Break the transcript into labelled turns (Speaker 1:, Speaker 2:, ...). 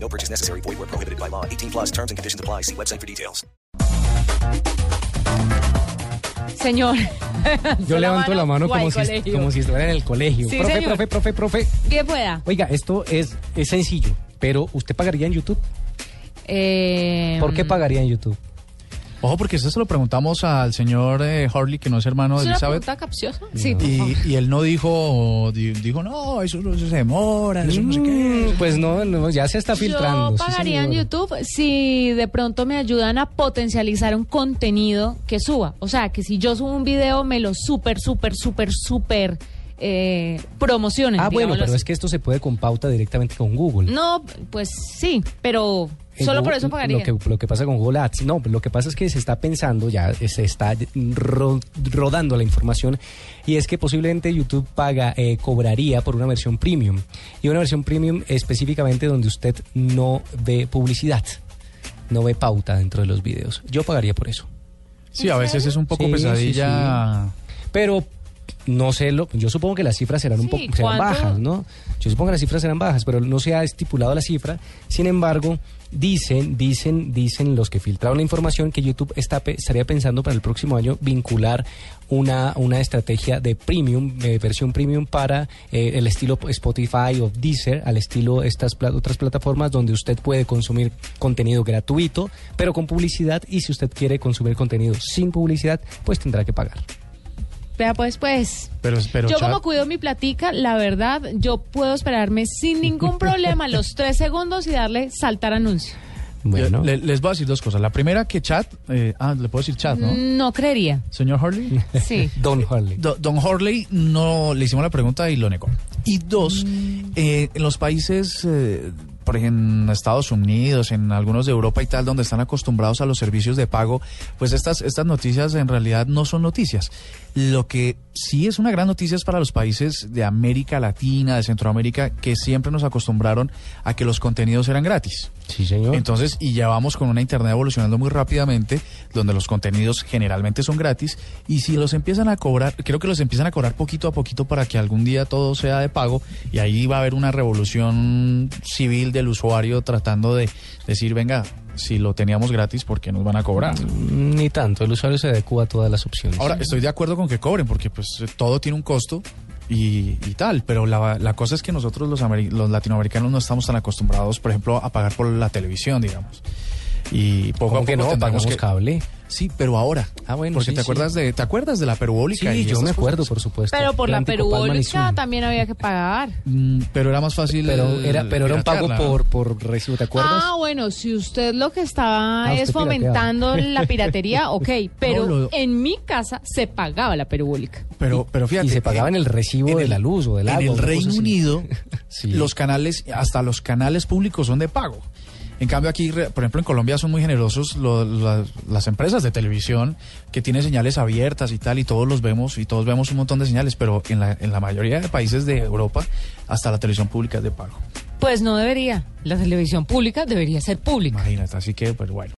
Speaker 1: No purchase necessary. Void where prohibited by law. 18 plus terms and conditions apply. See website for details.
Speaker 2: Señor.
Speaker 3: Yo levanto la mano como
Speaker 2: ¿cuál
Speaker 3: si, est-
Speaker 2: colegio?
Speaker 3: como si estuviera en el colegio.
Speaker 2: Sí,
Speaker 3: profe,
Speaker 2: señor.
Speaker 3: profe, profe, profe.
Speaker 2: Que pueda.
Speaker 3: Oiga, esto es, es sencillo, pero ¿usted pagaría en YouTube?
Speaker 2: Eh,
Speaker 3: ¿Por qué pagaría en YouTube?
Speaker 4: Ojo, porque eso se lo preguntamos al señor eh, Harley, que no es hermano
Speaker 2: ¿Es
Speaker 4: de
Speaker 2: una
Speaker 4: Elizabeth.
Speaker 2: pregunta capciosa? Sí.
Speaker 4: Y, y él no dijo, di- dijo, no, eso no se demora, eso no sé qué.
Speaker 3: Mm, Pues no, no, ya se está filtrando.
Speaker 2: Yo
Speaker 3: sí,
Speaker 2: pagaría en
Speaker 3: señor.
Speaker 2: YouTube si de pronto me ayudan a potencializar un contenido que suba. O sea, que si yo subo un video, me lo súper, súper, súper, súper eh, promocionen.
Speaker 3: Ah, bueno,
Speaker 2: digámoslo
Speaker 3: pero
Speaker 2: así.
Speaker 3: es que esto se puede con pauta directamente con Google.
Speaker 2: No, pues sí, pero
Speaker 3: En
Speaker 2: solo por
Speaker 3: Google-
Speaker 2: eso pagaría.
Speaker 3: Eh, Lo que, lo que pasa con Google Ads, no, lo que pasa es que se está pensando, ya se está ro- rodando la información, y es que posiblemente YouTube paga, eh, cobraría por una versión premium, y una versión premium específicamente donde usted no ve publicidad, no ve pauta dentro de los videos. Yo pagaría por eso.
Speaker 4: Sí, a veces es un poco
Speaker 3: Sí, sí,
Speaker 4: pesadilla.
Speaker 3: Pero no sé, lo, yo supongo que las cifras serán, un
Speaker 2: Sí,
Speaker 3: poco, serán
Speaker 2: ¿cuánto?
Speaker 3: bajas, ¿no? Yo supongo que las cifras serán bajas, pero no se ha estipulado la cifra. Sin embargo, dicen, dicen, dicen los que filtraron la información que YouTube está, pe- estaría pensando para el próximo año vincular una, una estrategia de premium, eh, versión premium para eh, el estilo Spotify o Deezer, al estilo estas pla- otras plataformas donde usted puede consumir contenido gratuito, pero con publicidad, y si usted quiere consumir contenido sin publicidad, pues tendrá que pagar.
Speaker 2: Vea, pues, pues.
Speaker 4: Pero, pero
Speaker 2: yo
Speaker 4: chat-
Speaker 2: como cuido mi platica, la verdad, yo puedo esperarme sin ningún problema los tres segundos y darle saltar anuncio.
Speaker 3: Bueno,
Speaker 4: le- les voy a decir dos cosas. La primera que chat, eh, ah, le puedo decir chat, ¿no?
Speaker 2: Mm, No creería.
Speaker 4: Señor Harley.
Speaker 2: Sí.
Speaker 3: Don Harley.
Speaker 4: Do- Don Horley no le hicimos la pregunta y lo negó. Y dos, eh, en los países, eh, por ejemplo, en Estados Unidos, en algunos de Europa y tal, donde están acostumbrados a los servicios de pago, pues estas, estas noticias en realidad no son noticias. Lo que sí es una gran noticia es para los países de América Latina, de Centroamérica, que siempre nos acostumbraron a que los contenidos eran gratis.
Speaker 3: Sí, señor.
Speaker 4: Entonces, y ya vamos con una internet evolucionando muy rápidamente, donde los contenidos generalmente son gratis, y si los empiezan a cobrar, creo que los empiezan a cobrar poquito a poquito para que algún día todo sea de pago, y ahí va a haber una revolución civil del usuario tratando de decir, venga, si lo teníamos gratis, ¿por qué nos van a cobrar?
Speaker 3: Ni tanto, el usuario se adecua a todas las opciones.
Speaker 4: Ahora, estoy de acuerdo con que cobren, porque pues eh, todo tiene un costo y, y tal, pero la, la cosa es que nosotros los, ameri- los latinoamericanos no estamos tan acostumbrados, por ejemplo, a pagar por la televisión, digamos. Y poco a
Speaker 3: ¿Cómo
Speaker 4: poco
Speaker 3: que no?
Speaker 4: tendremos
Speaker 3: Pagamos
Speaker 4: que...
Speaker 3: cable.
Speaker 4: Sí, pero ahora.
Speaker 3: Ah, bueno,
Speaker 4: Porque
Speaker 3: sí,
Speaker 4: te
Speaker 3: sí.
Speaker 4: acuerdas de te acuerdas de la perubólica.
Speaker 3: Sí,
Speaker 4: y
Speaker 3: yo
Speaker 4: esas
Speaker 3: me acuerdo,
Speaker 4: cosas?
Speaker 3: por supuesto.
Speaker 2: Pero por la
Speaker 3: Atlántico, Palma,
Speaker 2: perubólica
Speaker 3: Lizún.
Speaker 2: también había que pagar.
Speaker 4: Mm, pero era más fácil.
Speaker 3: Pero
Speaker 4: eh,
Speaker 3: era, pero era un pago
Speaker 4: piratearla,
Speaker 3: por,
Speaker 4: ¿no?
Speaker 3: por recibo, ¿te acuerdas?
Speaker 2: Ah, bueno, si usted lo que está
Speaker 3: Ah, usted
Speaker 2: es fomentando la piratería, ok, pero
Speaker 4: No, lo-
Speaker 2: en mi casa se pagaba la perubólica.
Speaker 4: Pero, pero fíjate. eh,
Speaker 3: y se pagaba en el recibo
Speaker 4: en
Speaker 3: de
Speaker 4: el-
Speaker 3: la luz o del agua.
Speaker 4: En el
Speaker 3: una cosa
Speaker 4: Reino
Speaker 3: así.
Speaker 4: Unido,
Speaker 3: Sí.
Speaker 4: los canales, hasta los canales públicos son de pago. En cambio aquí, re- por ejemplo, en Colombia son muy generosos lo- la- las empresas de televisión que tienen señales abiertas y tal, y todos los vemos, y todos vemos un montón de señales, pero en la, en la mayoría de países de Europa, hasta la televisión pública es de pago.
Speaker 2: Pues no debería. La televisión pública debería ser pública.
Speaker 4: Imagínate, así que, pues bueno.